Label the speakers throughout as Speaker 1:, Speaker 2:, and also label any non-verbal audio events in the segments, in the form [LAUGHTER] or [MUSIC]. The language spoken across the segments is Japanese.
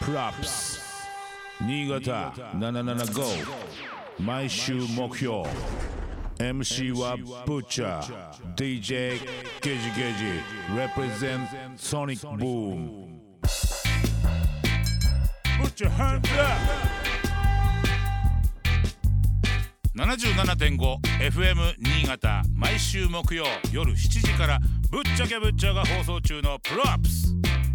Speaker 1: プラップス新潟775毎週目標 MC はブッチャー DJ ゲジゲジ represent ソニックブーム Put your hands up!
Speaker 2: 77.5FM 新潟毎週木曜夜7時から「ぶっちゃけぶっちゃ」が放送中の「プロアップス」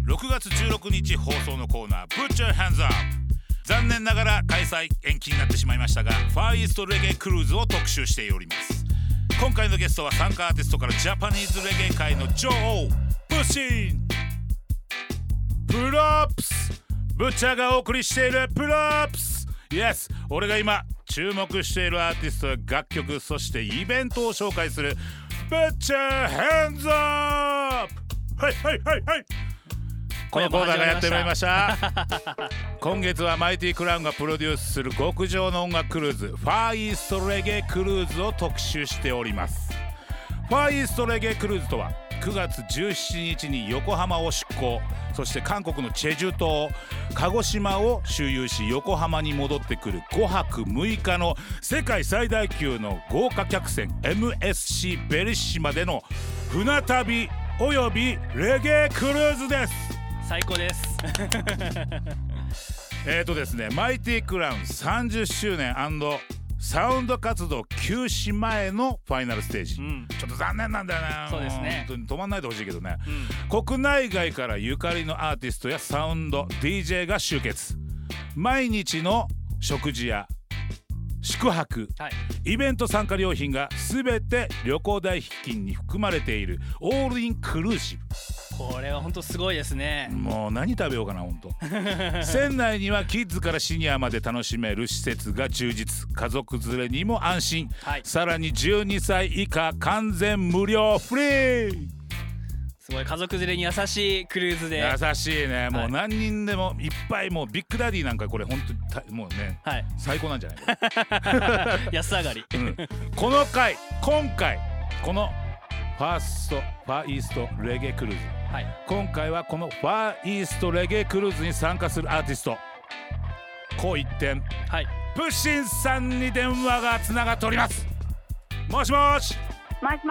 Speaker 2: 6月16日放送のコーナー「ぶっちゃ Hands Up」残念ながら開催延期になってしまいましたがファーイーストレゲエクルーズを特集しております今回のゲストは参加アーティストからジャパニーズレゲエ界の女王プッシンプロップスブッチャーがお送りしているプロップスイエス俺が今注目しているアーティストや楽曲そしてイベントを紹介するブッチャーヘンズアップはいはいはいはいこのコーナーがやってまいりました今月はマイティクラウンがプロデュースする極上の音楽クルーズファーイーストレゲエクルーズを特集しておりますファーイーストレゲエクルーズとは9月17日に横浜を出港そして韓国のチェジュ島鹿児島を周遊し横浜に戻ってくる5泊6日の世界最大級の豪華客船 MSC ベリッシマでの船旅およびレゲエクルーズです
Speaker 3: 最高です
Speaker 2: えーとですね、マイティクラウン30周年サウンド活動休止前のファイナルステージ、
Speaker 3: うん
Speaker 2: ちょっと残念なんだよね
Speaker 3: そうですね
Speaker 2: もう本当に止まんないでほしいけどね、国内外からゆかりのアーティストやサウンド DJ が集結毎日の食事や宿泊
Speaker 3: はい
Speaker 2: イベント参加料品が全て旅行代金に含まれているオールインクルーシブ
Speaker 3: これは本当すごいですね
Speaker 2: もう何食べようかな
Speaker 3: [LAUGHS]
Speaker 2: 本当船内にはキッズからシニアまで楽しめる施設が充実家族連れにも安心、
Speaker 3: はい
Speaker 2: さらに12歳以下完全無料フリー
Speaker 3: すごい家族連れに優しいクルーズでは
Speaker 2: 優しいねも
Speaker 3: は
Speaker 2: う
Speaker 3: い
Speaker 2: 何人でもいっぱいもうビッグダディなんかこれ本当にたもうね
Speaker 3: い
Speaker 2: 最高なんじゃない
Speaker 3: [LAUGHS]
Speaker 2: こ
Speaker 3: 安上がり
Speaker 2: れ、うんこの回今回このファーストファーイーストレゲエクルーズ
Speaker 3: はい
Speaker 2: 今回はこのファーイーストレゲエクルーズに参加するアーティストこう一点
Speaker 3: はい
Speaker 2: プッシンさんに電話がつながっておりますもしもし
Speaker 4: もしも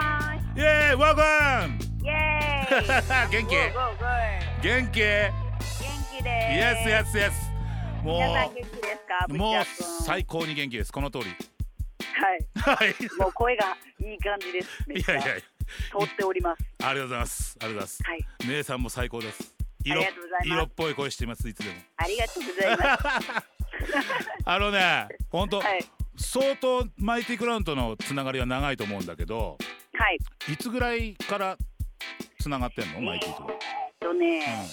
Speaker 2: [LAUGHS]
Speaker 4: ーし。
Speaker 2: イエーイワーン
Speaker 4: イエーイ。ゴー
Speaker 2: 元気
Speaker 4: ゴーゴ
Speaker 2: 元
Speaker 4: ー。
Speaker 2: 気イエ
Speaker 4: 元気です。
Speaker 2: スイエスイエスも
Speaker 4: 皆さん元気ですか。
Speaker 2: う
Speaker 4: ぶっ
Speaker 2: も
Speaker 4: ちゃ
Speaker 2: う
Speaker 4: くん
Speaker 2: 最高に元気ですこの通り
Speaker 4: はい。
Speaker 2: はい
Speaker 4: もう声がいい感じです。めっ
Speaker 2: い
Speaker 4: ち
Speaker 2: や
Speaker 4: ゃ
Speaker 2: [LAUGHS] いや
Speaker 4: 通っております。
Speaker 2: ありがとうございますありがとうございます、
Speaker 4: はい。
Speaker 2: 姉さんも最高です色
Speaker 4: ありがとうございます
Speaker 2: 色っぽい声していますいつでも
Speaker 4: ありがとうご
Speaker 2: [LAUGHS]
Speaker 4: ざいます。
Speaker 2: あのね本当、
Speaker 4: はい。
Speaker 2: 相当マイティクラウンとのつながりは長いと思うんだけど
Speaker 4: はい。
Speaker 2: いつぐらいからつながってんのマイティとは、
Speaker 4: えっとね、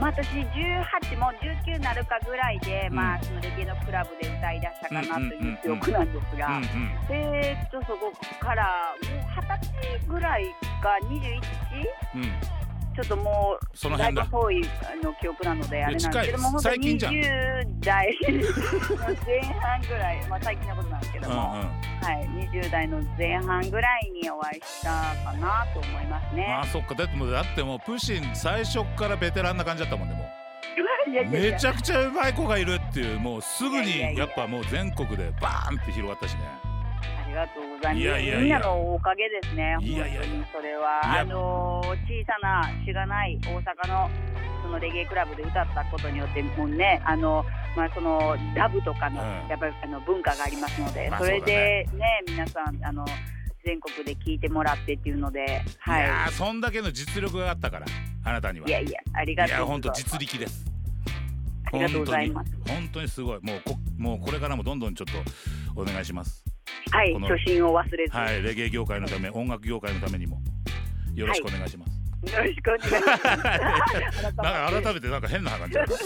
Speaker 4: まあ私18も19なるかぐらいで、
Speaker 2: うん
Speaker 4: まあそのレゲエのクラブで歌い出したかなという記憶なんですが、
Speaker 2: うん、うんうん
Speaker 4: えーっとそこからもう二十歳ぐらいか21。
Speaker 2: うん、
Speaker 4: ちょっともう
Speaker 2: その辺だ
Speaker 4: だいぶ遠いあの記憶なのであれなんですけども
Speaker 2: いや近
Speaker 4: 本当
Speaker 2: い最近
Speaker 4: に
Speaker 2: じゃん
Speaker 4: 20代の前半ぐらい、まあ、最近のことなんですけど
Speaker 2: う
Speaker 4: も、
Speaker 2: ん
Speaker 4: は
Speaker 2: うん、
Speaker 4: い、20代の前半ぐらいにお会いしたかなと思います
Speaker 2: あ
Speaker 4: ね
Speaker 2: あ。そっかだってもうだってもうプシン最初からベテランな感じだったもんねもう
Speaker 4: [LAUGHS] いやいやいや
Speaker 2: めちゃくちゃうまい子がいるっていうもうすぐ
Speaker 4: いやいや
Speaker 2: に
Speaker 4: いや
Speaker 2: やっぱもう全国でバーンって広がったしね
Speaker 4: ありがとうございます
Speaker 2: いやいやいや
Speaker 4: みんなのおかげですね、
Speaker 2: いやいやいや
Speaker 4: 本当にそれ
Speaker 2: い
Speaker 4: は、
Speaker 2: や
Speaker 4: あの小さなしがない大阪のそのレゲエクラブで歌ったことによって、もうね、あのまあ、そのダブとかの、
Speaker 2: うん
Speaker 4: やっぱりあの文化がありますので、
Speaker 2: まあ
Speaker 4: それでね、皆さん、あの全国で聞いてもらってっていうので、はい、
Speaker 2: いやーそんだけの実力があったからあなたにはい
Speaker 4: いやいや、ありが
Speaker 2: いや
Speaker 4: とう
Speaker 2: ほん
Speaker 4: ござ
Speaker 2: と
Speaker 4: います
Speaker 2: 実。力です
Speaker 4: ありがとうございます。
Speaker 2: 本当に本当にすごいもうこもうこれからもどんどんちょっとお願いします
Speaker 4: はい、
Speaker 2: この
Speaker 4: 初心を忘れず、
Speaker 2: はいレゲエ業界のため音楽業界のためにもよろしくお願いします、
Speaker 4: よろしくお願い
Speaker 2: [LAUGHS]
Speaker 4: し [LAUGHS] ます。
Speaker 2: なんか改めてなんか変な感じだな、う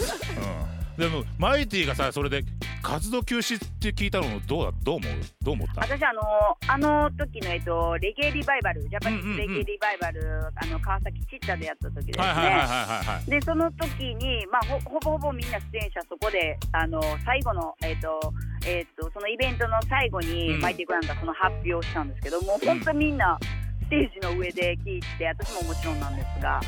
Speaker 2: ん、でもマイティがさそれで活動休止って聞いたのどうだどう思うどう思った
Speaker 4: 私あのあの時のえっとレゲエリバイバルジャパニーズレゲエリバイバル、あの川崎チッタでやった時ですね。
Speaker 2: はいはいはいはいはい
Speaker 4: でその時に、まあ、ほほぼほぼみんな出演者そこであの最後の、えっとえっとそのイベントの最後に、
Speaker 2: うん
Speaker 4: マイティクランがその発表をしたんですけどもう本当みんなステージの上で聞いて私ももちろんなんですが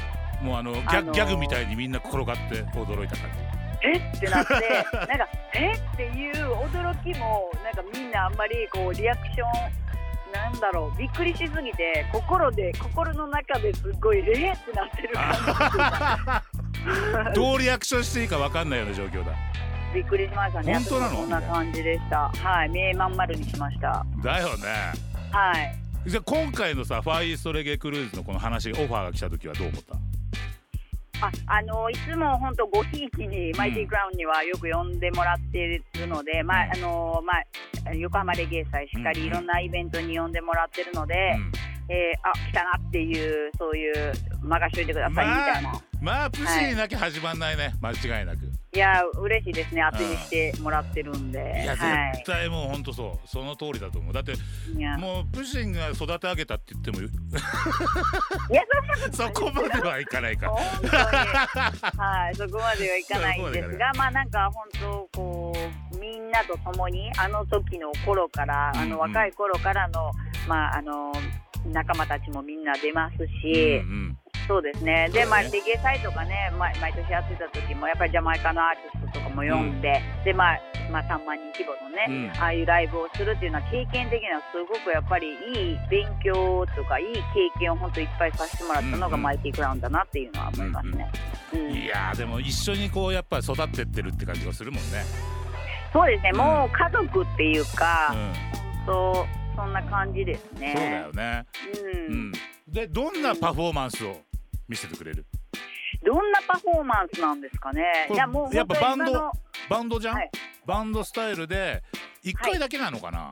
Speaker 2: もうあのギャ,、
Speaker 4: あのー
Speaker 2: ギャグみたいにみんな転がって驚いた感じ
Speaker 4: えってなってなんかえっていう驚きもなんかみんなあんまりこうリアクションなんだろうびっくりしすぎて心で心の中ですっごいえってなってる感 [LAUGHS] じ
Speaker 2: どうリアクションしていいか分かんないような状況だ
Speaker 4: びっくりしましたね
Speaker 2: 本当なの
Speaker 4: そんな感じでしたはい目まん丸にしました
Speaker 2: だよね
Speaker 4: はい
Speaker 2: じゃあ今回のさファーイーストレゲエクルーズのこの話オファーが来た時はどう思った
Speaker 4: ああのいつも本当ごひいきに、マイティクラウンにはよく呼んでもらっているので、まああのまあ、横浜レゲエ祭しっかり、
Speaker 2: うん
Speaker 4: いろんなイベントに呼んでもらってるので、
Speaker 2: うん
Speaker 4: えーあ来たなっていうそういう任しといてくださいみたいな、
Speaker 2: まあまあプシーなきゃ始まんないね、間違いなくい
Speaker 4: いや嬉しいですね当てにしてもらってるんで
Speaker 2: や
Speaker 4: は
Speaker 2: 絶対もうほんとそうその通りだと思うだって
Speaker 4: い、いや
Speaker 2: もうプシンが育て上げたって言っても
Speaker 4: いやそんなことな
Speaker 2: [LAUGHS]
Speaker 4: い
Speaker 2: そこまではいかないか
Speaker 4: 本
Speaker 2: [LAUGHS]
Speaker 4: 当に、はい、そこまではいかないんで
Speaker 2: そこまではいかな
Speaker 4: すが、まあなんか本当こうみんなと共にあの時の頃から、あ
Speaker 2: うんうん
Speaker 4: の若い頃からのまああの仲間たちもみんな出ます
Speaker 2: うん
Speaker 4: し、
Speaker 2: うん
Speaker 4: そうですね。で、
Speaker 2: そう
Speaker 4: ま
Speaker 2: だ
Speaker 4: あ
Speaker 2: ね
Speaker 4: レゲエ祭とかね、ま毎年やってた時もやっぱりジャマイカのアーティストとかも呼んで、でまあまあ3万人規模のね、
Speaker 2: うん
Speaker 4: ああいうライブをするっていうのは経験的にはすごくやっぱりいい勉強とかいい経験を本当いっぱいさせてもらったの
Speaker 2: うんう
Speaker 4: が
Speaker 2: ん
Speaker 4: マイティクラウンだなっていうのは思いますね。うん
Speaker 2: いやーでも一緒にこうやっぱ育ってってるって感じがするもんね、
Speaker 4: そうですね、
Speaker 2: うん
Speaker 4: もう家族っていう
Speaker 2: う
Speaker 4: か、
Speaker 2: ん、
Speaker 4: 本当そんな感じですね。
Speaker 2: そうだよね、
Speaker 4: う
Speaker 2: うんん、でどんなパフォーマンスを見せてくれる
Speaker 4: どんなパフォーマンスなんですかね
Speaker 2: こ。れ
Speaker 4: いやもう
Speaker 2: やっ
Speaker 4: 本
Speaker 2: ぱ
Speaker 4: 当
Speaker 2: バン
Speaker 4: に今
Speaker 2: ド
Speaker 4: の
Speaker 2: バンドじゃん、
Speaker 4: はい
Speaker 2: バンドスタイルで1回だけなのかな、
Speaker 4: ね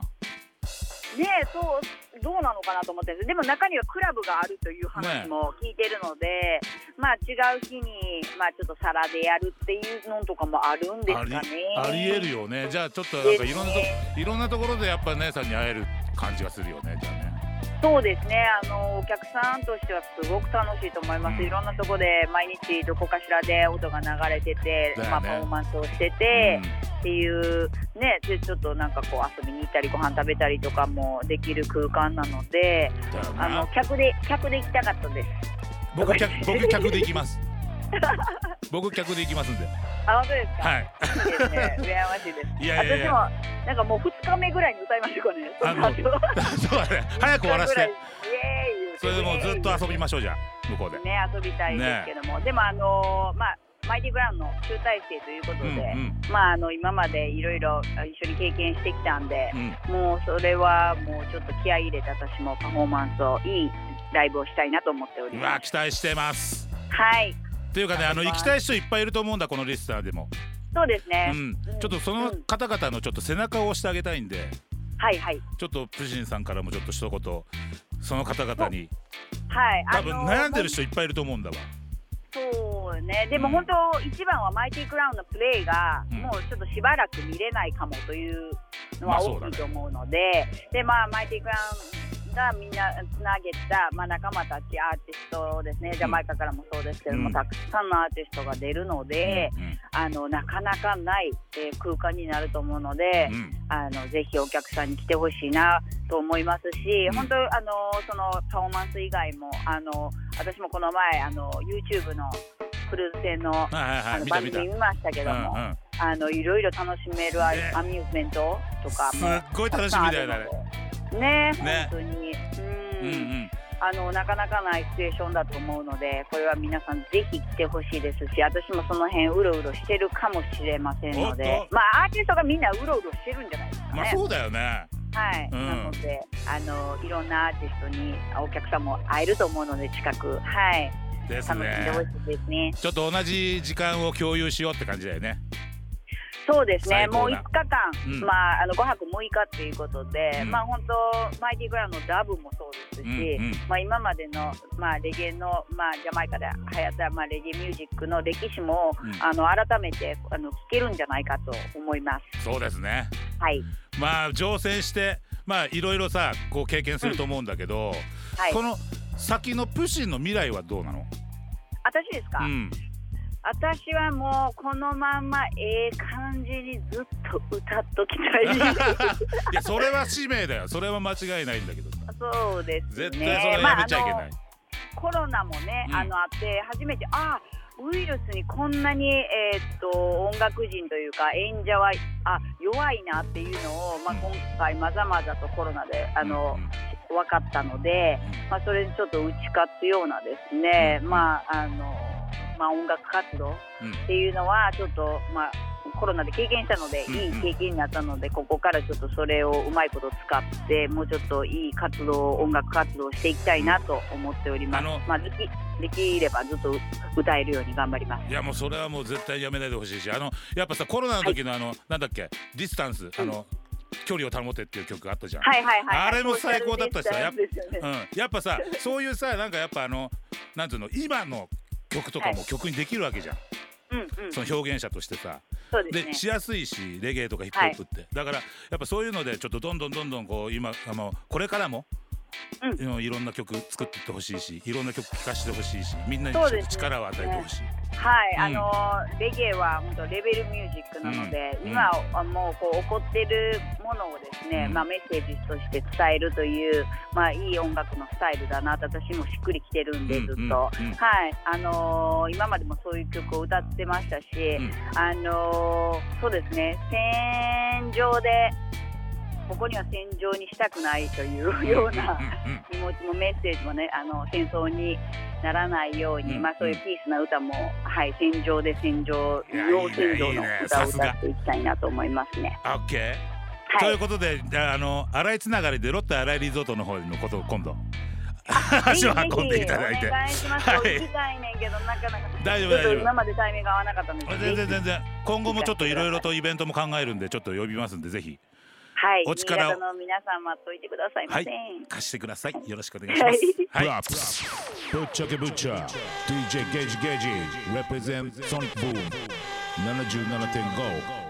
Speaker 4: えそうどうなのかなと思ってるんですでも中にはクラブがあるという話も聞いてるので、まあ違う日に、まあ、ちょっと皿でやるっていうのとかもあるんですか
Speaker 2: あり
Speaker 4: ね
Speaker 2: ありえるよねじゃあちょっとなんかいろんなとこいろんなところでやっぱ姉さんに会える感じがするよねじゃあね
Speaker 4: そうですねあのお客さんとしてはすごく楽しいと思います、
Speaker 2: うん
Speaker 4: いろんなとこで毎日どこかしらで音が流れてて、
Speaker 2: だよね
Speaker 4: まあ、パフォーマンスをしてて、っていうねでちょっとなんかこう遊びに行ったりご飯食べたりとかもできる空間なので
Speaker 2: うんだよね
Speaker 4: あの客で客で行きたかったです
Speaker 2: 僕客僕客で行きます僕客で行きますんで
Speaker 4: あ本当ですか、 [LAUGHS]
Speaker 2: はい [LAUGHS]
Speaker 4: いいですね羨ましいです。
Speaker 2: いやいやいや
Speaker 4: 私もなんかもう2日目ぐらいに歌いましょうかね。
Speaker 2: あの
Speaker 4: その後
Speaker 2: そうだね早く終わらせて。そ
Speaker 4: 二
Speaker 2: れ
Speaker 4: 日
Speaker 2: で
Speaker 4: ぐら
Speaker 2: も
Speaker 4: いイエーイ
Speaker 2: うずっと遊びましょうじゃあ向こうで、
Speaker 4: ね遊びたいですけども、でもあのーまあマイティグラウンの集大成ということ
Speaker 2: うんう
Speaker 4: で、
Speaker 2: ん
Speaker 4: まああの今までいろいろ一緒に経験してきたんで、
Speaker 2: うん
Speaker 4: もうそれはもうちょっと気合い入れて私もパフォーマンスをいいライブをしたいなと思っており
Speaker 2: うわ
Speaker 4: ま
Speaker 2: ー
Speaker 4: す。
Speaker 2: 期待してます
Speaker 4: はい、
Speaker 2: っていうかねあの行きたい人いっぱいいると思うんだこのリスナーでも、
Speaker 4: そうです
Speaker 2: う
Speaker 4: ね。
Speaker 2: ん、ちょっとその方々のちょっと背中を押してあげたいんで
Speaker 4: はいはい
Speaker 2: ちょっとプジンさんからもちょっと一言その方々に
Speaker 4: はい。
Speaker 2: 多分
Speaker 4: あのー
Speaker 2: 悩んでる人いっぱいいると思うんだわ
Speaker 4: そうね、でも本当、一番はマイティクラウンのプレーが、
Speaker 2: うん
Speaker 4: もうちょっとしばらく見れないかもというの
Speaker 2: まあ
Speaker 4: は
Speaker 2: そう
Speaker 4: 大
Speaker 2: だ
Speaker 4: き
Speaker 2: ね
Speaker 4: いと思うので、でまあ、マイティクラウンがみんなつなげた、まあ、仲間たち、アーティストですね、ジャマイカからもそうですけども、
Speaker 2: うん
Speaker 4: たくさんのアーティストが出るので、
Speaker 2: うん
Speaker 4: あのなかなかない、えー空間になると思うので。
Speaker 2: うん
Speaker 4: あのぜひお客さんに来てほしいなと思いますし、
Speaker 2: うん
Speaker 4: 本当あのそのパフォーマンス以外もあの私もこの前あの YouTube のクルーズ船の,、
Speaker 2: はいはいは
Speaker 4: あ
Speaker 2: い
Speaker 4: の
Speaker 2: 見た
Speaker 4: 番
Speaker 2: 見
Speaker 4: 組
Speaker 2: た
Speaker 4: 見ましたけども、
Speaker 2: うんうん
Speaker 4: あのいろいろ楽しめるア,、
Speaker 2: ね
Speaker 4: アミューズメントとか
Speaker 2: す
Speaker 4: も
Speaker 2: っごい楽しみだよねあれ
Speaker 4: ね
Speaker 2: ね
Speaker 4: 本当に、う
Speaker 2: うん
Speaker 4: ん
Speaker 2: うん
Speaker 4: あのなかなかないシチュエーションだと思うのでこれは皆さんぜひ来てほしいですし私もその辺うろうろしてるかもしれませんの
Speaker 2: おっ
Speaker 4: で
Speaker 2: と
Speaker 4: まあアーティストがみんなうろうろしてるんじゃないですかね。
Speaker 2: まあそうだよね
Speaker 4: はい、
Speaker 2: うん
Speaker 4: なのであのいろんなアーティストにお客さんも会えると思うので近くはい
Speaker 2: です
Speaker 4: 楽しんでほし
Speaker 2: ね
Speaker 4: いですね。
Speaker 2: ちょっと同じ時間を共有しようって感じだよね
Speaker 4: そうです
Speaker 2: 最。
Speaker 4: ね
Speaker 2: 高
Speaker 4: もう5
Speaker 2: だ
Speaker 4: 日間、
Speaker 2: うん
Speaker 4: まああの5泊6日ということで、
Speaker 2: うん
Speaker 4: まあ本当マイティグラウンドのダブもそうですし。
Speaker 2: うんうん
Speaker 4: まあ、今までの、まあ、レゲエの、まあ、ジャマイカで流行った、まあ、レゲエミュージックの歴史も、
Speaker 2: うん
Speaker 4: あの改めてあの聞けるんじゃないかと思います。
Speaker 2: そうですね
Speaker 4: はい、
Speaker 2: まあ乗船してまあいろいろさこう経験すると思うんだけど
Speaker 4: はい、
Speaker 2: この先のプシンの未来はどうなの
Speaker 4: 私ですか、
Speaker 2: うん
Speaker 4: 私はもうこのまんまええ感じにずっと歌っときたい
Speaker 2: [LAUGHS] いやそれは使命だよそれは間違いないんだけど
Speaker 4: そうですね
Speaker 2: 絶対それはやめちゃいけな
Speaker 4: まああ
Speaker 2: い
Speaker 4: のコロナもね、
Speaker 2: うん
Speaker 4: あのあって初めてああウイルスにこんなに、えーっと音楽人というか演者はあ弱いなっていうのを、まあ、
Speaker 2: うん
Speaker 4: 今回まざまざとコロナであの、分かったので、まあ、それにちょっと打ち勝つようなですね、まああのまあ、音楽活動
Speaker 2: うん
Speaker 4: っていうのはちょっと、まあ、コロナで経験したので、
Speaker 2: うん
Speaker 4: いい経験になったのでここからちょっとそれをうまいこと使ってもうちょっといい活動音楽活動をしていきたいなと思っております
Speaker 2: あの
Speaker 4: まあ、できできればずっと歌えるように頑張ります。
Speaker 2: いやもうそれはもう絶対やめないでほしいしあのやっぱさコロナの時のあの、なんだっけディスタンスあの、距離を保てっていう曲があったじゃん、
Speaker 4: はいはいはい、
Speaker 2: あれも最高だったしさ
Speaker 4: やっ
Speaker 2: うん、やっぱさそういうさなんかやっぱあのなんつうの今の曲とかも曲にできるわけじゃん、
Speaker 4: うんうん、
Speaker 2: その表現者としてさ
Speaker 4: そうですね
Speaker 2: でしやすいしレゲエとかヒップホップって、だからやっぱそういうのでちょっとどんどんどんどんこう今あのこれからも、
Speaker 4: う
Speaker 2: うんいろんな曲作ってってほしいしいろんな曲聴かせてほしいしみんなに
Speaker 4: そうですね
Speaker 2: 力を与えてほしい、
Speaker 4: はい、
Speaker 2: うん
Speaker 4: あのレゲエは本当レベルミュージックなので、
Speaker 2: うん
Speaker 4: 今はもうこう起こってるものをですね、
Speaker 2: うん
Speaker 4: まあ、メッセージとして伝えるという、まあ、いい音楽のスタイルだなと私もしっくりきてるんでずっと、
Speaker 2: うんうんうん
Speaker 4: はいあのー今までもそういう曲を歌ってましたし、 [LAUGHS]
Speaker 2: ん
Speaker 4: あのーそうですね戦場でここには戦場にしたくないというような、
Speaker 2: うんうん
Speaker 4: 気持ちもメッセージもねあの戦争にならないように、
Speaker 2: うん
Speaker 4: まあ、そういうピースな歌も、はい、戦場で戦場
Speaker 2: いや
Speaker 4: 要戦
Speaker 2: い
Speaker 4: 場
Speaker 2: いねいい
Speaker 4: の
Speaker 2: ね
Speaker 4: 歌
Speaker 2: さ
Speaker 4: を
Speaker 2: すが
Speaker 4: 歌っていきたいなと思いますね。
Speaker 2: オッケーと
Speaker 4: はいいう
Speaker 2: ことで、じゃあ、あの、新井つながりで、ロッテ新井リゾートの方のことを今度。足を運んでいただい
Speaker 4: ぜひぜひ
Speaker 2: て
Speaker 4: お。願いします。
Speaker 2: はい
Speaker 4: 行きたいねんけどなかなか
Speaker 2: 大丈夫
Speaker 4: ちょ
Speaker 2: 大
Speaker 4: っと
Speaker 2: 丈夫
Speaker 4: 今までタイミング合わなかったんですけど
Speaker 2: 全然
Speaker 4: ぜ
Speaker 2: 全
Speaker 4: ひ
Speaker 2: 然、今後もちょっといろいろとイベントも考えるんで、ちょっと呼びますんで、ぜひ
Speaker 4: はい、
Speaker 2: お力を
Speaker 4: 新潟の皆さん待っといてくださいません。
Speaker 2: 貸してください。よろしくお願いします。は
Speaker 1: ブ
Speaker 2: い。
Speaker 1: ラップスぶっちゃけぶっちゃ DJ ゲージゲージ represent Sonic Boom 77.5